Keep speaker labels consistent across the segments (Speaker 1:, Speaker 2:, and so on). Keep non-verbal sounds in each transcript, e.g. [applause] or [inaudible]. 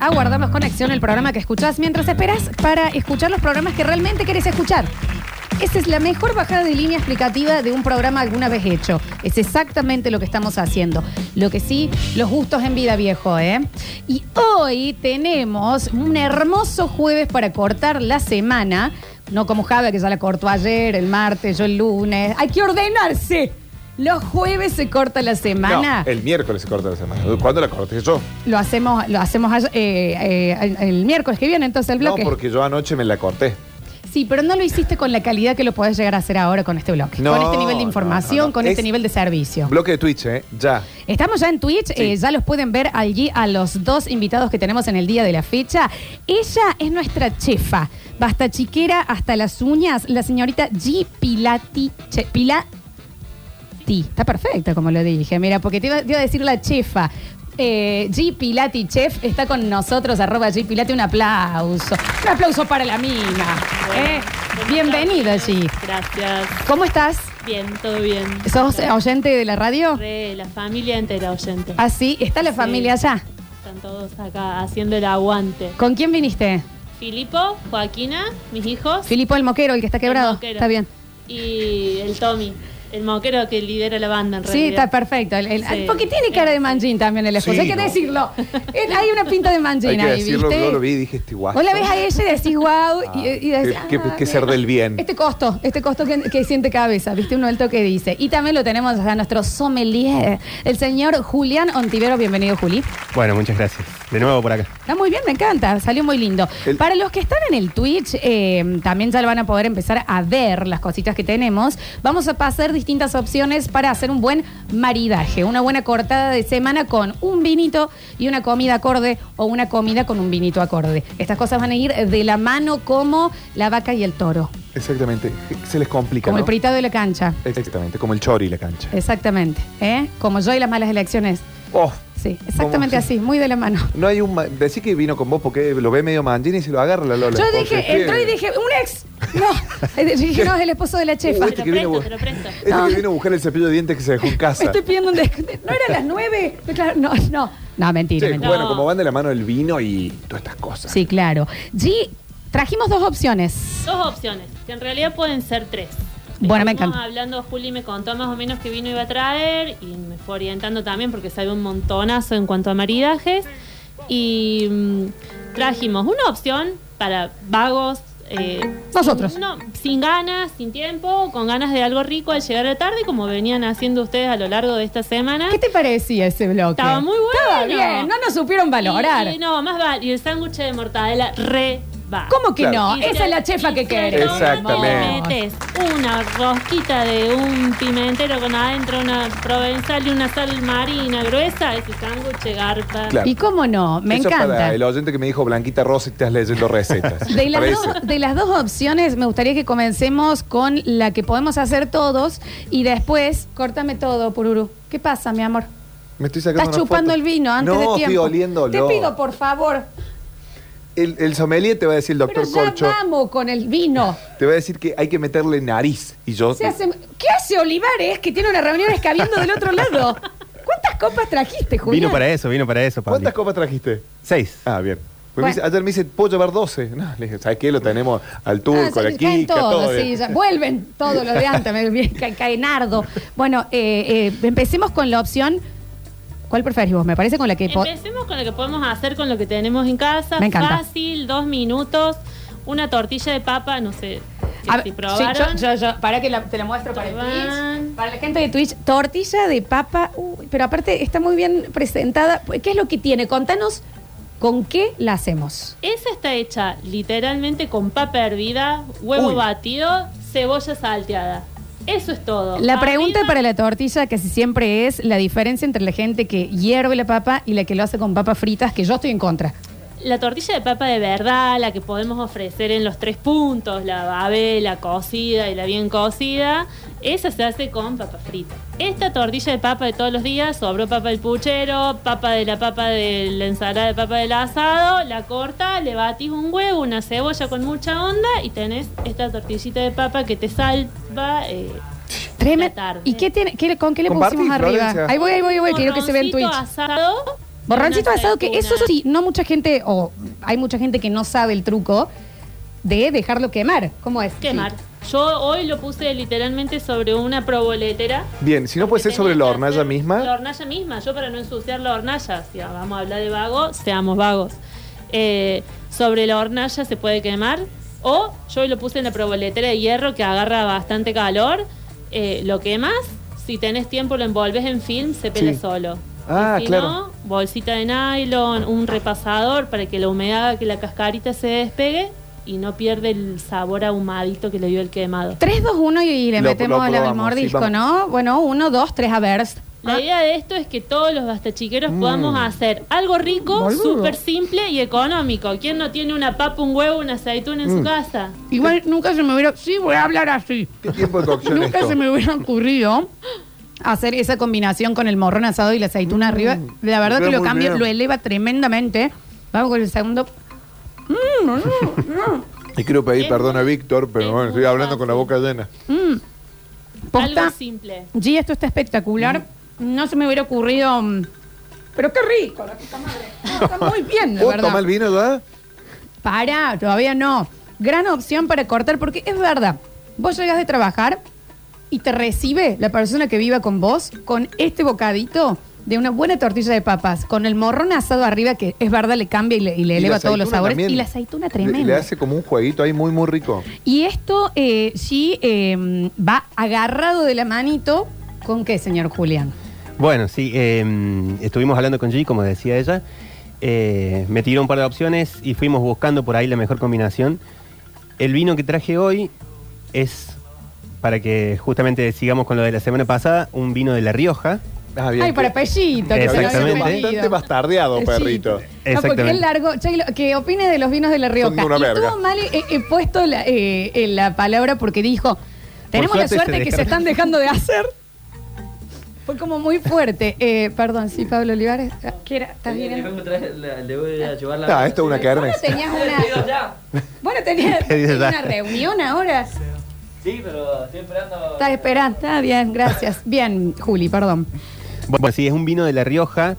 Speaker 1: Aguardamos conexión el programa que escuchás mientras esperas para escuchar los programas que realmente querés escuchar. Esa es la mejor bajada de línea explicativa de un programa alguna vez hecho. Es exactamente lo que estamos haciendo. Lo que sí, los gustos en vida viejo, ¿eh? Y hoy tenemos un hermoso jueves para cortar la semana. No como Java, que ya la cortó ayer, el martes, yo el lunes. Hay que ordenarse. Los jueves se corta la semana.
Speaker 2: No, el miércoles se corta la semana. ¿Cuándo la corté yo?
Speaker 1: Lo hacemos, lo hacemos ayer- eh, eh, el, el miércoles que viene, entonces el
Speaker 2: No,
Speaker 1: bloque.
Speaker 2: porque yo anoche me la corté.
Speaker 1: Sí, pero no lo hiciste con la calidad que lo podés llegar a hacer ahora con este bloque.
Speaker 2: No,
Speaker 1: con este nivel de
Speaker 2: no,
Speaker 1: información,
Speaker 2: no, no.
Speaker 1: con este
Speaker 2: Es-
Speaker 1: nivel de servicio.
Speaker 2: Bloque de Twitch, ¿eh? Ya.
Speaker 1: Estamos ya en Twitch, eh, ya los pueden ver allí a los dos invitados que tenemos en el día de la fecha. Ella es nuestra chefa, basta chiquera hasta las uñas, la señorita G. Pilati. Che- Pilati. Está perfecta como lo dije, mira, porque te iba, te iba a decir la chefa. Eh, G. Pilati Chef está con nosotros, arroba G. Pilati, un aplauso. Un aplauso para la mina. ¿eh? Bienvenida, G.
Speaker 3: Gracias.
Speaker 1: ¿Cómo estás?
Speaker 3: Bien, todo bien.
Speaker 1: ¿Sos eh, oyente de la radio?
Speaker 3: Re, la familia entera oyente.
Speaker 1: Ah, sí, está la
Speaker 3: Sí.
Speaker 1: familia allá.
Speaker 3: Están todos acá haciendo el aguante.
Speaker 1: ¿Con quién viniste?
Speaker 3: Filipo, Joaquina, mis hijos.
Speaker 1: Filipo el moquero, el que está
Speaker 3: El
Speaker 1: quebrado.
Speaker 3: moquero.
Speaker 1: Está bien.
Speaker 3: Y el Tommy, el moquero que lidera la banda en
Speaker 1: Sí,
Speaker 3: realidad.
Speaker 1: está perfecto. El- el-
Speaker 3: Sí.
Speaker 1: Porque tiene cara de manjín también el esposo.
Speaker 2: Sí,
Speaker 1: Hay que
Speaker 2: ¿no?
Speaker 1: decirlo. Eh, Hay una pinta de manjín
Speaker 2: Hay que
Speaker 1: ahí,
Speaker 2: decirlo,
Speaker 1: ¿viste?
Speaker 2: yo lo vi y dije este guapo.
Speaker 1: Vos la ves a ella y decís, wow,
Speaker 2: Ah,
Speaker 1: y, y decís,
Speaker 2: qué- qué- qué ser del bien.
Speaker 1: Este costo, este costo que, que siente cabeza, ¿viste? Uno el toque dice. Y también lo tenemos a nuestro sommelier, el señor Julián Ontivero. Bienvenido, Juli.
Speaker 4: Bueno, muchas gracias. De nuevo por acá.
Speaker 1: Está muy bien, me encanta, salió muy lindo.
Speaker 2: El-
Speaker 1: Para los que están en el Twitch, eh, también ya lo van a poder empezar a ver las cositas que tenemos. Vamos a pasar distintas opciones para hacer un buen maridaje, una buena cortada de semana con un vinito y una comida acorde o una comida con un vinito acorde. Estas cosas van a ir de la mano como la vaca y el toro,
Speaker 2: Exactamente. Se les complica,
Speaker 1: como el
Speaker 2: ¿no?
Speaker 1: pritado de la cancha.
Speaker 2: Exactamente, como el chori y la cancha.
Speaker 1: Exactamente, ¿eh? Como yo y las malas elecciones.
Speaker 2: Oh,
Speaker 1: Sí, exactamente
Speaker 2: ¿Cómo?
Speaker 1: así, muy de la mano.
Speaker 2: no hay un... ma- Decí que vino con vos porque lo ve medio manjín y se lo agarra la Lola.
Speaker 1: Yo
Speaker 2: Entonces, ¿qué?
Speaker 1: dije, entró y dije, un ex. No, Yo dije, no, es el esposo de la chefa.
Speaker 2: Uh,
Speaker 3: Te
Speaker 2: este
Speaker 3: lo
Speaker 2: que viene
Speaker 3: presto,
Speaker 2: vos.
Speaker 3: te lo presto.
Speaker 2: Este
Speaker 1: No. Este
Speaker 2: que vino a buscar el cepillo de dientes que se dejó en
Speaker 1: Me
Speaker 2: casa.
Speaker 1: estoy pidiendo un descuento. ¿No eran las nueve? Claro, no, no. No, mentira,
Speaker 2: Che,
Speaker 1: mentira.
Speaker 2: bueno,
Speaker 3: No.
Speaker 2: como van de la mano el vino y todas estas cosas.
Speaker 1: Sí, claro. G, trajimos dos opciones.
Speaker 3: Dos opciones, que en realidad pueden ser tres.
Speaker 1: Bueno, me
Speaker 3: Estuvimos
Speaker 1: encanta.
Speaker 3: hablando, Juli me contó más o menos qué vino iba a traer y me fue orientando también porque sabe un montonazo en cuanto a maridajes. Y mm, trajimos una opción para vagos. eh,
Speaker 1: Nosotros.
Speaker 3: sin- no, sin ganas, sin tiempo, con ganas de algo rico al llegar a la tarde, como venían haciendo ustedes a lo largo de esta semana.
Speaker 1: ¿Qué te parecía ese bloque?
Speaker 3: Estaba muy bueno.
Speaker 1: Estaba bien, no nos supieron valorar.
Speaker 3: Y- y no, más vale. Y el sándwich de mortadela re va.
Speaker 1: ¿Cómo que
Speaker 2: Claro.
Speaker 1: no?
Speaker 3: Y
Speaker 1: Ah, Esa
Speaker 3: se-
Speaker 1: es la chefa
Speaker 3: y
Speaker 1: que
Speaker 3: se
Speaker 1: querés.
Speaker 3: toma,
Speaker 2: Exactamente.
Speaker 3: le metes una rosquita de un pimentero con adentro una provenzal y una sal marina gruesa, ese sándwich garpa.
Speaker 2: Claro.
Speaker 1: ¿Y cómo no? Me
Speaker 2: Eso
Speaker 1: encanta.
Speaker 2: para el oyente que me dijo, Blanquita Rosa, estás leyendo recetas.
Speaker 1: De las,
Speaker 2: Parece.
Speaker 1: dos, de las dos opciones, me gustaría que comencemos con la que podemos hacer todos y después, córtame todo, Pururu. ¿Qué pasa, mi amor?
Speaker 2: Me estoy sacando
Speaker 1: Estás
Speaker 2: una
Speaker 1: chupando
Speaker 2: foto.
Speaker 1: el vino antes
Speaker 2: no,
Speaker 1: de tiempo.
Speaker 2: estoy oliéndolo.
Speaker 1: Te pido, por favor.
Speaker 2: El, el sommelier te va a decir,
Speaker 1: Pero
Speaker 2: doctor
Speaker 1: ya
Speaker 2: Corcho,
Speaker 1: vamos con el vino.
Speaker 2: te va a decir que hay que meterle nariz. Y yo,
Speaker 1: Se hace- ¿Qué hace Olivares que tiene una reunión escabiendo del otro lado? ¿Cuántas copas trajiste, Julián?
Speaker 4: Vino para eso, vino para eso, Pablo.
Speaker 2: ¿cuántas copas trajiste?
Speaker 4: Seis.
Speaker 2: Ah, bien. Porque me dice-
Speaker 1: Bueno.
Speaker 2: ayer me dice, ¿puedo llevar 12? [laughs] No, le dije, ¿sabes qué? Lo tenemos al
Speaker 1: Ah,
Speaker 2: turco, a la
Speaker 1: se- caen
Speaker 2: Kika,
Speaker 1: todos,
Speaker 2: todo.
Speaker 1: sí, ya- vuelven todos los de antes, me- me- ca- cae nardo. Bueno, eh, eh, empecemos con la opción. ¿Cuál preferís vos? Me parece con la que. po-
Speaker 3: Empecemos con lo que podemos hacer con lo que tenemos en casa.
Speaker 1: Me encanta.
Speaker 3: Fácil, dos minutos, una tortilla de papa, no sé si,
Speaker 1: A ver,
Speaker 3: si
Speaker 1: sí,
Speaker 3: probaron.
Speaker 1: yo, yo- yo, para que la- te la muestro para el
Speaker 3: Probaron.
Speaker 1: Twitch. Para la gente de Twitch, tortilla de papa. Uy, pero aparte está muy bien presentada. ¿Qué es lo que tiene? Contanos con qué la hacemos.
Speaker 3: Esa está hecha literalmente con papa hervida, huevo
Speaker 2: Uy.
Speaker 3: batido, cebolla salteada. Eso es todo.
Speaker 1: La pregunta
Speaker 3: Arriba-
Speaker 1: para la tortilla casi siempre es la diferencia entre la gente que hierve la papa y la que lo hace con papas fritas, que yo estoy en contra.
Speaker 3: La tortilla de papa de verdad, la que podemos ofrecer en los tres puntos, la babe, la cocida y la bien cocida, esa se hace con papa frita. Esta tortilla de papa de todos los días, sobró papa del puchero, papa de la papa de la ensalada de papa del asado, la corta, le batís un huevo, una cebolla con mucha onda y tenés esta tortillita de papa que te salva. eh,
Speaker 1: Tremendo.
Speaker 3: tarde.
Speaker 1: ¿Y qué tiene, qué- con qué le
Speaker 2: Compartí,
Speaker 1: pusimos arriba?
Speaker 2: Florencia.
Speaker 1: Ahí voy, ahí voy, ahí voy, quiero que se vea en Twitch.
Speaker 3: morroncito asado
Speaker 1: Borrancito
Speaker 3: Una
Speaker 1: asado, que eso
Speaker 3: aceituna.
Speaker 1: sí, no mucha gente, o hay mucha gente que no sabe el truco de dejarlo quemar. ¿Cómo es?
Speaker 3: Quemar.
Speaker 1: Sí.
Speaker 3: Yo hoy lo puse literalmente sobre una proboletera.
Speaker 2: Bien, si no puede ser sobre la
Speaker 3: Tenía que
Speaker 2: hornalla
Speaker 3: hacer La
Speaker 2: misma.
Speaker 3: hornalla misma, yo para no ensuciar la hornalla, si vamos a hablar de vagos, seamos vagos. Eh, sobre la hornalla se puede quemar o yo lo puse en la proboletera de hierro que agarra bastante calor, eh, lo quemas, si tenés tiempo lo envolves en film, se pela
Speaker 2: Sí.
Speaker 3: solo.
Speaker 2: Ah,
Speaker 3: Y si
Speaker 2: claro.
Speaker 3: no, bolsita de nylon, un repasador para que la humedad, que la cascarita se despegue y no pierde el sabor ahumadito que le dio el quemado.
Speaker 1: 3, 2, 1 y le
Speaker 2: Lo-
Speaker 1: metemos
Speaker 2: lo
Speaker 1: la- el
Speaker 2: probamos,
Speaker 1: mordisco,
Speaker 2: sí,
Speaker 1: ¿no? Bueno, 1, 2, 3, a ver. Ah,
Speaker 3: La idea de esto es que todos los bastachiqueros
Speaker 2: Mm.
Speaker 3: podamos hacer algo rico,
Speaker 1: Boludo.
Speaker 3: súper simple y económico. ¿Quién no tiene una papa, un huevo, una aceituna en su
Speaker 1: Mm.
Speaker 3: casa?
Speaker 1: Igual nunca se me hubiera... Sí, voy a hablar así.
Speaker 2: ¿Qué tiempo de cocción es
Speaker 1: Nunca
Speaker 2: esto?
Speaker 1: se me hubiera ocurrido hacer esa combinación con el morrón asado y la aceituna arriba. La verdad
Speaker 2: está
Speaker 1: que lo
Speaker 2: Mm. muy
Speaker 1: cambia,
Speaker 2: bien.
Speaker 1: lo eleva tremendamente. Vamos con el segundo. Mm, no, no, no.
Speaker 2: Y quiero pedir perdón a Víctor, pero
Speaker 3: Es
Speaker 2: bueno, estoy
Speaker 3: muy
Speaker 2: hablando con la
Speaker 3: fácil.
Speaker 2: boca llena.
Speaker 1: Posta.
Speaker 3: Algo simple.
Speaker 1: G, esto está espectacular. No se me hubiera ocurrido. mm, Pero qué rico, la puta madre. Está
Speaker 2: [laughs]
Speaker 1: muy bien, de
Speaker 2: ¿Puedo tomar
Speaker 1: verdad.
Speaker 2: el vino ya?
Speaker 1: Para, todavía no. Gran opción para cortar, porque es verdad. Vos llegas de trabajar y te recibe la persona que viva con vos con este bocadito de una buena tortilla de papas, con el morrón asado arriba, que es verdad, le cambia y le, y le
Speaker 2: Y
Speaker 1: eleva
Speaker 2: la
Speaker 1: todos los
Speaker 2: aceituna
Speaker 1: sabores.
Speaker 2: también.
Speaker 1: Y la aceituna
Speaker 2: Le-
Speaker 1: tremenda.
Speaker 2: Le, hace como un jueguito ahí muy, muy rico.
Speaker 1: Y esto eh, sí eh, va agarrado de la manito. ¿Con qué, señor Julián?
Speaker 4: Bueno, sí, eh, estuvimos hablando con G, como decía ella. Eh, me tiró un par de opciones y fuimos buscando por ahí la mejor combinación. El vino que traje hoy es, para que justamente sigamos con lo de la semana pasada, un vino de La Rioja.
Speaker 2: Ah,
Speaker 1: Ay,
Speaker 2: que-
Speaker 1: para Pellito, que se lo había
Speaker 4: Exactamente.
Speaker 2: Bastante
Speaker 1: perdido.
Speaker 2: bastardeado,
Speaker 1: Sí.
Speaker 2: perrito.
Speaker 1: No, porque
Speaker 4: Exactamente.
Speaker 1: es largo. Che, lo- que opine de los vinos de La Rioja.
Speaker 2: Son una
Speaker 1: Y
Speaker 2: verga.
Speaker 1: Estuvo mal he, puesto la, eh, eh, la palabra porque dijo, tenemos la
Speaker 4: suerte se
Speaker 1: suerte que se
Speaker 4: dejaron.
Speaker 1: están dejando
Speaker 4: [laughs]
Speaker 1: de hacer. Fue como muy fuerte. Eh, perdón, sí, Pablo Olivares. ¿Qué era? ¿Estás
Speaker 5: Le
Speaker 1: bien?
Speaker 5: vengo a traer la- le voy a llevar la.
Speaker 2: Ah, esto es una carne.
Speaker 1: Bueno, tenías
Speaker 5: Pedido
Speaker 1: una,
Speaker 5: ya.
Speaker 1: bueno,
Speaker 4: [laughs]
Speaker 1: tenías,
Speaker 4: Pedido
Speaker 1: tenías
Speaker 4: ya.
Speaker 1: una reunión ahora.
Speaker 5: Sí, pero estoy esperando.
Speaker 1: Estás esperando. Está bien, gracias. Bien, Juli, perdón.
Speaker 4: Bueno, sí, es un vino de La Rioja,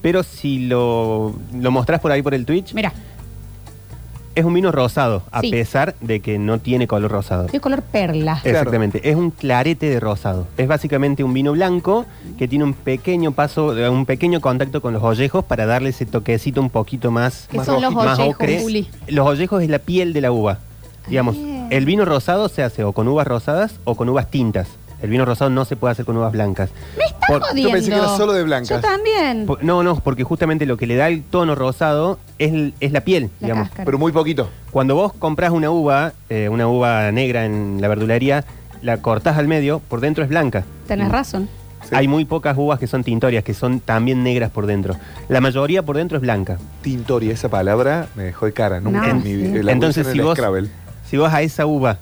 Speaker 4: pero si lo, lo mostrás por ahí por el Twitch,
Speaker 1: Mira,
Speaker 4: es un vino rosado, a
Speaker 1: Sí.
Speaker 4: pesar de que no tiene color rosado.
Speaker 1: de color perla.
Speaker 2: Claro.
Speaker 4: Exactamente, es un clarete de rosado. Es básicamente un vino blanco que tiene un pequeño paso, eh, un pequeño contacto con los ollejos para darle ese toquecito un poquito más,
Speaker 1: ¿Qué
Speaker 4: más
Speaker 1: son los
Speaker 4: roji- más
Speaker 1: ollejos,
Speaker 4: ocres.
Speaker 1: Juli?
Speaker 4: Los ollejos es la piel de la uva. Digamos,
Speaker 1: Ah.
Speaker 4: el vino rosado se hace o con uvas rosadas o con uvas tintas. El vino rosado no se puede hacer con uvas blancas.
Speaker 1: Me está
Speaker 4: Por-
Speaker 1: jodiendo.
Speaker 2: pensé que era solo de blancas.
Speaker 1: Yo también.
Speaker 4: Po- No, no, porque justamente lo que le da el tono rosado es, l- es la piel,
Speaker 1: La
Speaker 4: digamos.
Speaker 1: cáscara.
Speaker 2: Pero muy poquito.
Speaker 4: Cuando vos compras una uva, eh, una uva negra en la verdulería, la cortás al medio, por dentro es blanca.
Speaker 1: Tenés razón.
Speaker 2: Sí.
Speaker 4: Hay muy pocas uvas que son tintorias, que son también negras por dentro. La mayoría por dentro es blanca.
Speaker 2: Tintoria, esa palabra me dejó de cara. Nunca
Speaker 1: No,
Speaker 2: en mi
Speaker 1: sí.
Speaker 2: vida. La
Speaker 4: Entonces,
Speaker 2: puse en
Speaker 4: si
Speaker 2: el
Speaker 4: vos,
Speaker 2: Scrabble.
Speaker 4: si vos a esa uva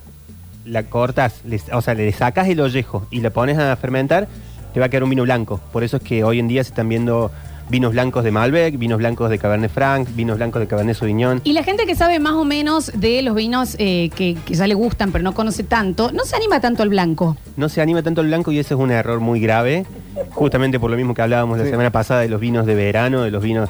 Speaker 4: la cortás, le- o sea, le sacás el ollejo y la pones a fermentar, te va a quedar un vino blanco. Por eso es que hoy en día se están viendo vinos blancos de Malbec, vinos blancos de Cabernet Franc, vinos blancos de Cabernet Sauvignon.
Speaker 1: Y la gente que sabe más o menos de los vinos eh, que, que ya le gustan, pero no conoce tanto, no se anima tanto al blanco.
Speaker 4: No se anima tanto el blanco y ese es un error muy grave, justamente por lo mismo que hablábamos la
Speaker 2: Sí.
Speaker 4: semana pasada de los vinos de verano, de los vinos...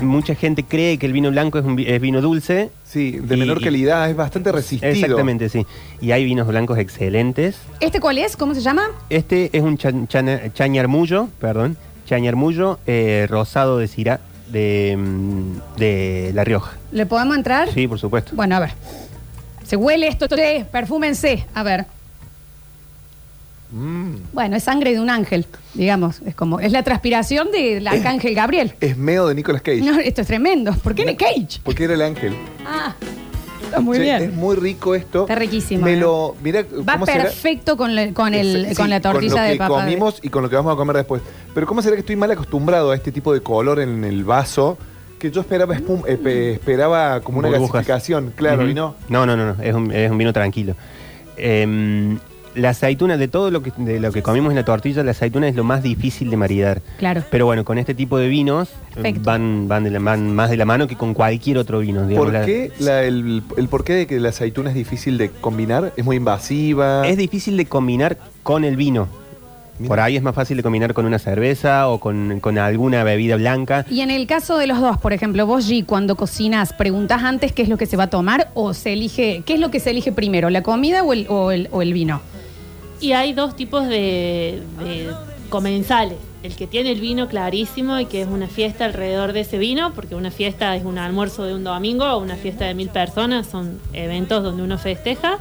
Speaker 4: Mucha gente cree que el vino blanco es, un, vi- es vino dulce.
Speaker 2: Sí, de
Speaker 4: Y-
Speaker 2: menor
Speaker 4: y-
Speaker 2: calidad, es bastante resistido.
Speaker 4: Exactamente, sí. Y hay vinos blancos excelentes.
Speaker 1: ¿Este cuál es? ¿Cómo se llama?
Speaker 4: Este es un chan- chana- chañarmullo, perdón, chañarmullo eh, rosado de Syrah de, mm, de La Rioja.
Speaker 1: ¿Le podemos
Speaker 2: Ah.
Speaker 1: entrar?
Speaker 4: Sí, por supuesto.
Speaker 1: Bueno, a ver. Se huele esto, che, perfúmense. A ver.
Speaker 2: Mm.
Speaker 1: Bueno, es sangre de un ángel, digamos. Es como, es la transpiración del arcángel Gabriel.
Speaker 2: Es meo de Nicolas Cage.
Speaker 1: No, esto es tremendo. ¿Por qué de Cage?
Speaker 2: Porque era el ángel.
Speaker 1: Ah, está muy
Speaker 2: Sí,
Speaker 1: bien.
Speaker 2: Es muy rico esto.
Speaker 1: Está riquísimo,
Speaker 2: Me
Speaker 1: ¿eh?
Speaker 2: lo, mirá,
Speaker 1: Va
Speaker 2: ¿cómo será?
Speaker 1: perfecto con, la- con, el,
Speaker 2: Sí,
Speaker 1: con la tortilla
Speaker 2: con lo
Speaker 1: de
Speaker 2: que
Speaker 1: papa. de-
Speaker 2: comimos y con lo que vamos a comer después. Pero ¿cómo será que estoy mal acostumbrado a este tipo de color en el vaso? Que yo esperaba espum- eh, pe- esperaba como una
Speaker 4: Burbujas.
Speaker 2: gasificación, claro,
Speaker 4: Ujú.
Speaker 2: y no.
Speaker 4: No, no, no, no, Es, un, es un vino tranquilo. Em, la aceituna, de todo lo que, de lo que comimos en la tortilla, la aceituna es lo más difícil de maridar.
Speaker 1: Claro.
Speaker 4: Pero bueno, con este tipo de vinos eh,
Speaker 1: Perfecto.
Speaker 4: van, van, de la, van más de la mano que con cualquier otro vino. digamos.
Speaker 2: ¿Por
Speaker 4: La-
Speaker 2: qué la- el, el porqué de que la aceituna es difícil de combinar? ¿Es muy invasiva?
Speaker 4: Es difícil de combinar con el vino.
Speaker 2: Ah. Mira.
Speaker 4: Por ahí es más fácil de combinar con una cerveza o con, con alguna bebida blanca.
Speaker 1: Y en el caso de los dos, por ejemplo, vos, G, cuando cocinas, ¿preguntás antes qué es lo que se va a tomar o se elige, qué es lo que se elige primero, la comida o el, o el, o el vino?
Speaker 3: Y hay dos tipos de, de comensales. El que tiene el vino clarísimo y que es una fiesta alrededor de ese vino, porque una fiesta es un almuerzo de un domingo o una fiesta de mil personas, son eventos donde uno festeja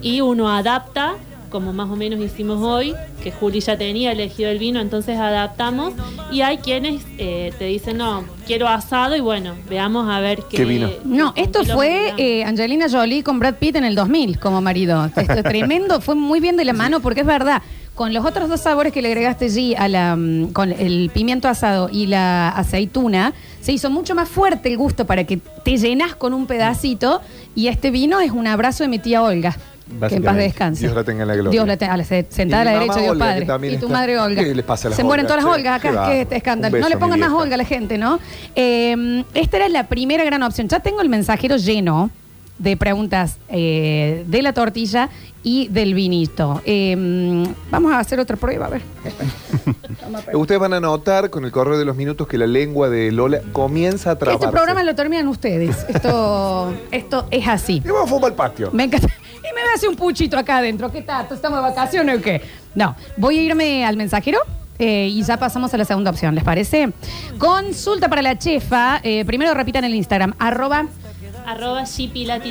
Speaker 3: y uno adapta, como más o menos hicimos hoy, que Juli ya tenía elegido el vino, entonces adaptamos. Y hay quienes eh, te dicen, no, quiero asado y bueno, veamos a ver qué,
Speaker 2: ¿Qué vino?
Speaker 1: No, esto
Speaker 3: qué lo
Speaker 1: fue
Speaker 3: combinamos.
Speaker 1: eh, Angelina Jolie con Brad Pitt en el 2000 como marido. Esto es tremendo, fue muy bien de la mano porque es verdad. Con los otros dos sabores que le agregaste allí a la, mm, con el pimiento asado y la aceituna, se hizo mucho más fuerte el gusto para que te llenas con un pedacito. Y este vino es un abrazo de mi tía Olga. Que en paz
Speaker 4: Básicamente.
Speaker 1: descanse.
Speaker 2: Dios la tenga en la gloria.
Speaker 1: Dios la tenga. a la se- Sentada a la
Speaker 2: Y mi
Speaker 1: derecha,
Speaker 2: mamá
Speaker 1: Dios
Speaker 2: Olga, que
Speaker 1: Padre.
Speaker 2: también
Speaker 1: Y tu
Speaker 2: está-
Speaker 1: madre Olga.
Speaker 2: ¿Qué le pasa a las
Speaker 1: Se mueren
Speaker 2: Olgas,
Speaker 1: todas las
Speaker 2: che?
Speaker 1: Olgas
Speaker 2: Qué
Speaker 1: acá.
Speaker 2: bárbaro.
Speaker 1: Qué este escándalo.
Speaker 2: Un
Speaker 1: no
Speaker 2: beso
Speaker 1: le
Speaker 2: a mi
Speaker 1: pongan más
Speaker 2: vieja.
Speaker 1: Olga a la gente, ¿no? Eh, esta era la primera gran opción. Ya tengo el mensajero lleno de preguntas eh, de la tortilla y del vinito. Eh, vamos a hacer otra prueba, a ver.
Speaker 2: Ustedes van a notar con el correo de los minutos que la lengua de Lola comienza a trabarse.
Speaker 1: Este programa lo terminan ustedes. Esto, [laughs] esto es así.
Speaker 2: Y vamos a fumar al patio.
Speaker 1: Me encanta. Y me hace un puchito acá adentro. ¿Qué tato? ¿Estamos de vacaciones o qué? No. Voy a irme al mensajero eh, y ya pasamos a la segunda opción, ¿les parece? Consulta para la chefa. Eh, primero repitan el Instagram. Arroba,
Speaker 3: Arroba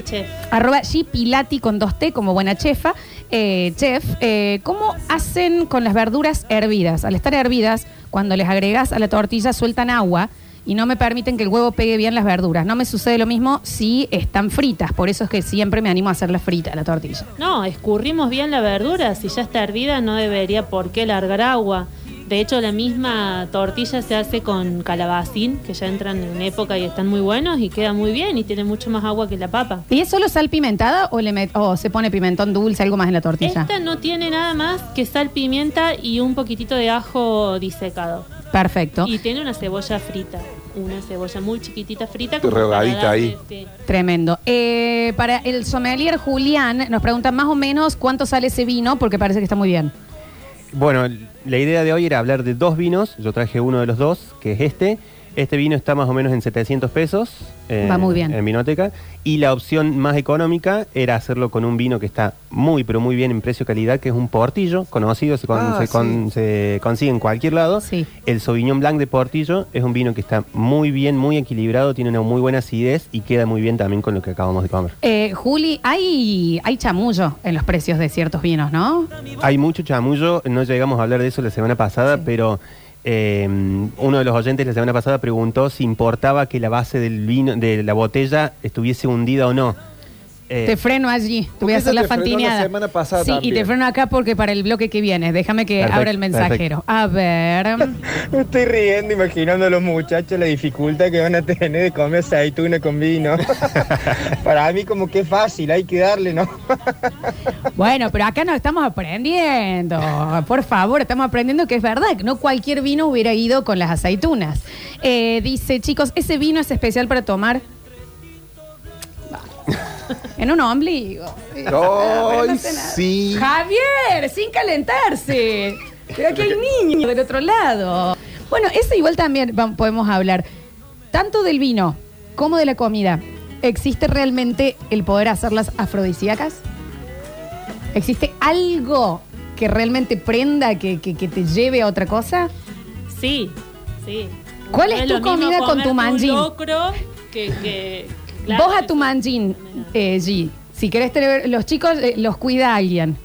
Speaker 3: Chef.
Speaker 1: arroba Gpilati con dos T como buena chefa. Eh, chef, eh, ¿cómo hacen con las verduras hervidas? Al estar hervidas, cuando les agregas a la tortilla sueltan agua. Y no me permiten que el huevo pegue bien las verduras. No me sucede lo mismo si están fritas. Por eso es que siempre me animo a hacerla frita, la tortilla.
Speaker 3: No, escurrimos bien la verdura. Si ya está hervida, no debería por qué largar agua. De hecho, la misma tortilla se hace con calabacín, que ya entran en época y están muy buenos y queda muy bien y tiene mucho más agua que la papa.
Speaker 1: ¿Y es solo sal pimentada o, le met- o se pone pimentón dulce, algo más en la tortilla?
Speaker 3: Esta no tiene nada más que sal, pimienta y un poquitito de ajo disecado.
Speaker 1: Perfecto.
Speaker 3: Y tiene una cebolla frita, una cebolla muy chiquitita frita.
Speaker 2: Está
Speaker 3: como para
Speaker 2: rehogadita
Speaker 3: darle,
Speaker 2: ahí.
Speaker 3: sí.
Speaker 1: Tremendo. Eh, para el sommelier Julián, nos preguntan más o menos cuánto sale ese vino, porque parece que está muy bien.
Speaker 4: Bueno, la idea de hoy era hablar de dos vinos. Yo traje uno de los dos, que es este. Este vino está más o menos en 700 pesos. eh,
Speaker 1: Va muy bien.
Speaker 4: En vinoteca. Y la opción más económica era hacerlo con un vino que está muy, pero muy bien en precio-calidad, que es un portillo, conocido, se, con-
Speaker 2: Ah,
Speaker 4: se con- se consigue en cualquier lado.
Speaker 1: Sí.
Speaker 4: El Sauvignon Blanc de Portillo es un vino que está muy bien, muy equilibrado, tiene una muy buena acidez y queda muy bien también con lo que acabamos de comer.
Speaker 1: Eh, Juli, hay, hay chamullo en los precios de ciertos vinos, ¿no?
Speaker 4: Hay mucho chamullo, no llegamos a hablar de eso la semana pasada,
Speaker 1: Sí.
Speaker 4: pero eh, uno de los oyentes la semana pasada preguntó si importaba que la base del vino, de la botella estuviese hundida o no. Eh,
Speaker 1: Te freno allí, te voy a
Speaker 2: Porque
Speaker 1: hacer la
Speaker 2: ella te frenó la
Speaker 1: fantineada.
Speaker 2: semana pasada
Speaker 1: sí, y
Speaker 2: también.
Speaker 1: te freno acá porque para el bloque que viene, déjame que
Speaker 4: Perfecto,
Speaker 1: abra el mensajero. A ver.
Speaker 2: [laughs]
Speaker 6: Me [laughs] estoy riendo, imaginando a los muchachos la dificultad que van a tener de comer aceituna con vino. [laughs] Para mí como que es fácil, hay que darle, ¿no?
Speaker 1: Bueno, pero acá nos estamos aprendiendo. Por favor, estamos aprendiendo que es verdad, que no cualquier vino hubiera ido con las aceitunas. Eh, dice, chicos, ese vino es especial para
Speaker 2: [laughs]
Speaker 1: tomar. En un ombligo.
Speaker 2: [laughs]
Speaker 1: [laughs]
Speaker 2: ¡Ay, sí!
Speaker 1: Javier, sin calentarse. Pero aquí hay niños del otro lado. Bueno, eso igual también vam- podemos hablar. Tanto del vino como de la comida. ¿Existe realmente el poder hacerlas afrodisíacas? ¿Existe algo que realmente prenda, que, que- que te lleve a otra cosa?
Speaker 3: Sí, sí.
Speaker 1: ¿Cuál
Speaker 3: No
Speaker 1: es
Speaker 3: lo
Speaker 1: tu comida
Speaker 3: mismo
Speaker 1: con
Speaker 3: comerte
Speaker 1: tu
Speaker 3: un
Speaker 1: manjín?
Speaker 3: locro que- que- que- claro,
Speaker 1: Vos a
Speaker 3: que
Speaker 1: tu
Speaker 3: sí.
Speaker 1: manjín, eh, G. Si querés tener los chicos, eh, los cuida alguien.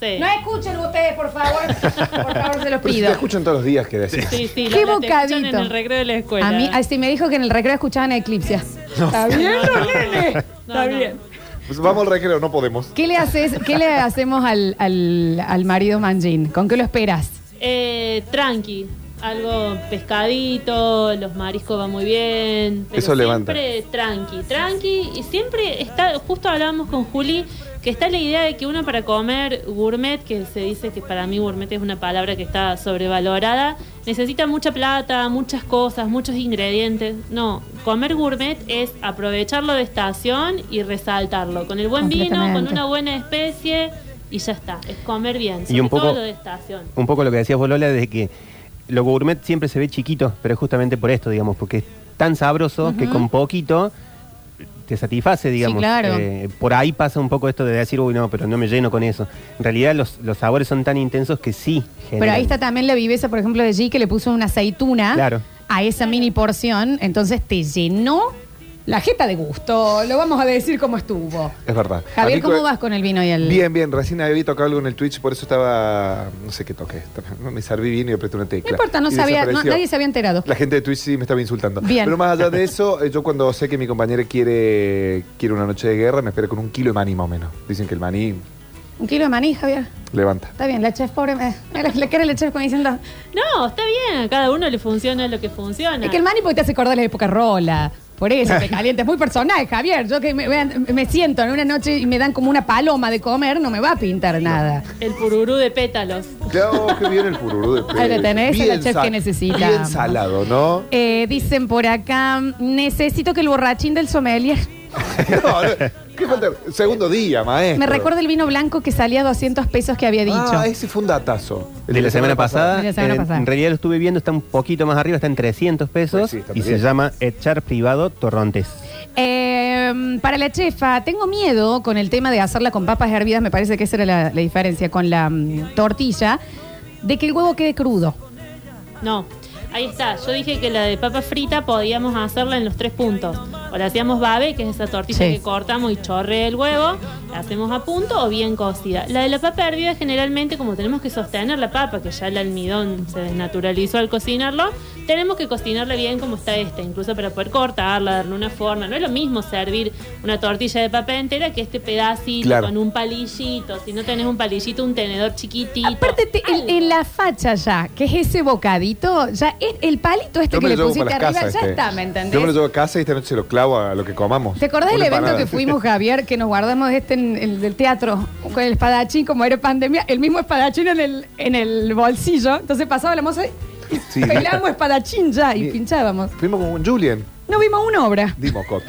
Speaker 3: Sí.
Speaker 1: No escuchen ustedes, por favor. Por favor, se los
Speaker 2: Pero si
Speaker 1: pido.
Speaker 2: te escuchan todos los días que decís.
Speaker 3: Sí, sí,
Speaker 1: Qué
Speaker 3: Lola, te escuchan
Speaker 1: bocadito.
Speaker 3: en el recreo de la escuela.
Speaker 1: A mí, así me dijo que en el recreo escuchaban a Eclipse. Está bien, nene?
Speaker 3: No,
Speaker 1: Está
Speaker 3: no.
Speaker 1: bien.
Speaker 2: Pues vamos al recreo, no podemos.
Speaker 1: ¿Qué le, haces, ¿Qué le hacemos al, al, al marido Manjin? ¿Con qué lo esperas?
Speaker 3: Eh, tranqui, algo pescadito, los mariscos va muy bien. pero
Speaker 2: Eso levanta.
Speaker 3: Siempre tranqui, tranqui. Y siempre está, justo hablábamos con Juli, que está la idea de que uno para comer gourmet, que se dice que para mí gourmet es una palabra que está sobrevalorada, necesita mucha plata, muchas cosas, muchos ingredientes. No, comer gourmet es aprovecharlo de estación y resaltarlo. Con el buen vino, con
Speaker 1: Completamente.
Speaker 3: una buena especie, y ya está. Es comer bien.
Speaker 4: Y
Speaker 3: sobre todo
Speaker 4: un poco-
Speaker 3: lo de estación.
Speaker 4: un poco lo que decías vos, Lola, de que lo gourmet siempre se ve chiquito, pero es justamente por esto, digamos, porque es tan sabroso que con poquito te satisface, digamos.
Speaker 1: claro.
Speaker 4: Eh, por ahí pasa un poco esto de decir, uy, no, pero no me lleno con eso. En realidad los, los sabores son tan intensos que sí generan.
Speaker 1: Pero ahí está también la viveza, por ejemplo, de G que le puso una aceituna
Speaker 4: Claro.
Speaker 1: a esa mini porción, entonces te llenó la jeta de gusto. Lo vamos a decir como estuvo.
Speaker 2: Es verdad. A
Speaker 1: Javier,
Speaker 2: mí
Speaker 1: ¿cómo
Speaker 2: co-
Speaker 1: vas con el vino y el
Speaker 2: Bien, bien. Recién había tocado algo en el Twitch, por eso estaba. No sé qué toqué. No me serví vino y apreté una tecla.
Speaker 1: No importa, no
Speaker 2: Y
Speaker 1: sabía, no-
Speaker 2: desapareció.
Speaker 1: nadie se había enterado.
Speaker 2: La gente de Twitch sí me estaba insultando.
Speaker 1: Bien.
Speaker 2: Pero más
Speaker 1: [laughs]
Speaker 2: allá de eso, eh, yo cuando sé que mi compañera quiere, quiere una noche de guerra, me espera con un kilo de maní más o menos. Dicen que el maní
Speaker 1: Un kilo de maní, Javier.
Speaker 2: levanta.
Speaker 1: Está bien, la chef pobre. me- me la, la cara de la chef como diciendo.
Speaker 3: No, está bien. A cada uno le funciona lo que funciona.
Speaker 1: Es que el maní porque te hace acordar la época rola. Por eso te calienta. Es muy personal, Javier. Yo que me, vean, me siento en una noche y me dan como una paloma de comer, no me va a pintar nada.
Speaker 3: El pururú de pétalos.
Speaker 2: Claro, que oh, bien el pururú de pez.
Speaker 1: Ahí lo tenés,
Speaker 2: Bien
Speaker 1: el chef
Speaker 2: sa-
Speaker 1: que necesitamos.
Speaker 2: Bien salado, ¿no? [laughs]
Speaker 1: Eh, dicen por acá, necesito que el borrachín del sommelier
Speaker 2: No, no, ¿Qué falta? Segundo día, maestro.
Speaker 1: me recuerde el vino blanco que salía a 200 pesos que había dicho.
Speaker 2: Ah, ese fue un datazo. El
Speaker 4: De la semana pasada,
Speaker 1: De la semana
Speaker 4: en,
Speaker 1: pasada.
Speaker 4: en realidad lo estuve viendo, está un poquito más arriba, está en 300 pesos
Speaker 2: Pues sí, está
Speaker 4: y se
Speaker 2: bien.
Speaker 4: llama Echar Privado Torrontes.
Speaker 1: Eh, para la chefa, tengo miedo con el tema de hacerla con papas hervidas, me parece que esa era la, la diferencia con la mm, tortilla, de que el huevo quede crudo.
Speaker 3: No. Ahí está, yo dije que la de papa frita podíamos hacerla en los tres puntos. O la hacíamos babe, que es esa tortilla
Speaker 1: Sí.
Speaker 3: que cortamos y chorre el huevo, la hacemos a punto o bien cocida. La de la papa hervida generalmente, como tenemos que sostener la papa, que ya el almidón se desnaturalizó al cocinarlo, tenemos que cocinarla bien como está esta, incluso para poder cortarla, darle una forma. No es lo mismo servir una tortilla de papa entera que este pedacito
Speaker 2: Claro.
Speaker 3: con un palillito. Si no tenés un palillito, un tenedor chiquitito.
Speaker 1: Aparte, te- el- en la facha ya, que es ese bocadito, ya es el palito este
Speaker 2: Yo
Speaker 1: que
Speaker 2: me
Speaker 1: le
Speaker 2: lo llevo
Speaker 1: pusiste
Speaker 2: para las
Speaker 1: arriba,
Speaker 2: casas.
Speaker 1: ya
Speaker 2: este.
Speaker 1: está, ¿me entendés?
Speaker 2: Yo me lo llevo a casa y esta noche se lo clavo a lo que comamos.
Speaker 1: ¿Te acordás del
Speaker 2: Una
Speaker 1: evento
Speaker 2: empanada.
Speaker 1: que fuimos, Javier, que nos guardamos este en el del teatro con el espadachín, como era pandemia, el mismo espadachín en el, en el bolsillo? Entonces pasaba la moza y
Speaker 2: Sí.
Speaker 1: [laughs] pelábamos espadachín ya y
Speaker 2: Bien.
Speaker 1: pinchábamos.
Speaker 2: Fuimos con Julian.
Speaker 1: No vimos una obra.
Speaker 2: Dimos
Speaker 1: [laughs]
Speaker 2: cote.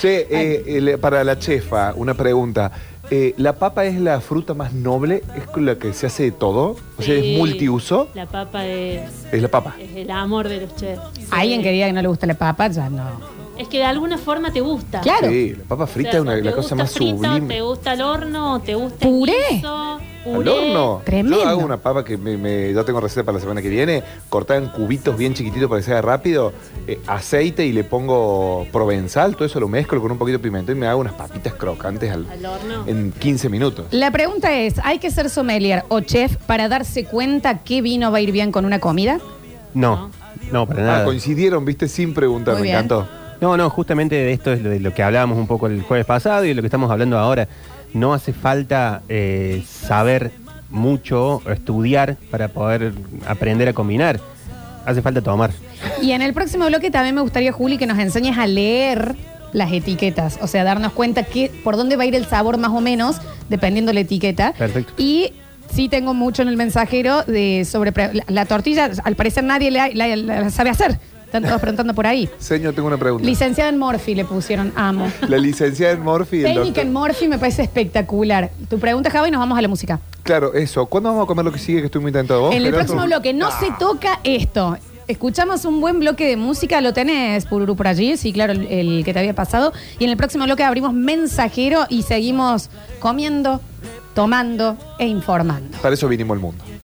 Speaker 2: Che, eh, el- para la chefa, una pregunta. Eh, ¿La papa es la fruta más noble? ¿Es con la que se hace de todo? O sea,
Speaker 3: Sí.
Speaker 2: ¿es multiuso?
Speaker 3: La papa es,
Speaker 2: Es la papa.
Speaker 3: es el amor de los chefs. Sí.
Speaker 1: Alguien que diga que no le gusta la papa, ya no.
Speaker 3: Es que de alguna forma te gusta.
Speaker 1: Claro.
Speaker 2: Sí, la papa frita es una,
Speaker 3: de
Speaker 2: la cosa más sublime.
Speaker 3: Te gusta el horno, te gusta
Speaker 1: Puré.
Speaker 3: el guiso,
Speaker 2: Al
Speaker 3: puré.
Speaker 2: horno.
Speaker 1: Tremendo.
Speaker 2: Yo hago una papa que me, me- ya tengo receta para la semana que viene, cortada en cubitos bien chiquititos para que sea rápido, eh, aceite y le pongo provenzal, todo eso lo mezclo con un poquito de pimiento y me hago unas papitas crocantes al-
Speaker 3: Al horno.
Speaker 2: en 15 minutos.
Speaker 1: La pregunta es, ¿hay que ser sommelier o chef para darse cuenta qué vino va a ir bien con una comida?
Speaker 4: No, no, para
Speaker 2: Ah,
Speaker 4: nada.
Speaker 2: coincidieron, viste, sin preguntar,
Speaker 1: Muy
Speaker 2: me
Speaker 1: bien.
Speaker 2: encantó.
Speaker 4: No, no, justamente de esto es lo, de lo que hablábamos un poco el jueves pasado y de lo que estamos hablando ahora. No hace falta eh, saber mucho, o estudiar para poder aprender a combinar. Hace falta tomar.
Speaker 1: Y en el próximo bloque también me gustaría, Juli, que nos enseñes a leer las etiquetas, o sea, darnos cuenta que, por dónde va a ir el sabor más o menos, dependiendo la etiqueta.
Speaker 4: Perfecto.
Speaker 1: Y sí tengo mucho en el mensajero de sobre pre- la, la tortilla, al parecer nadie la, la- la- la sabe hacer. Están todos preguntando por ahí.
Speaker 2: Señor, tengo una pregunta.
Speaker 1: Licenciada en Morphy le pusieron, amo.
Speaker 2: la licenciada en Morphy y el
Speaker 1: Técnica
Speaker 2: doctor-
Speaker 1: en Morphy me parece espectacular. Tu pregunta, Java, y nos vamos a la música.
Speaker 2: Claro, eso. ¿Cuándo vamos a comer lo que sigue que estoy muy tentado? ¿Vos
Speaker 1: En el
Speaker 2: querés
Speaker 1: próximo
Speaker 2: otro?
Speaker 1: bloque no se toca esto. Escuchamos un buen bloque de música, lo tenés, Pururú, por allí, sí, claro, el, el que te había pasado. Y en el próximo bloque abrimos mensajero y seguimos comiendo, tomando e informando.
Speaker 2: Ah, Para eso vinimos al mundo.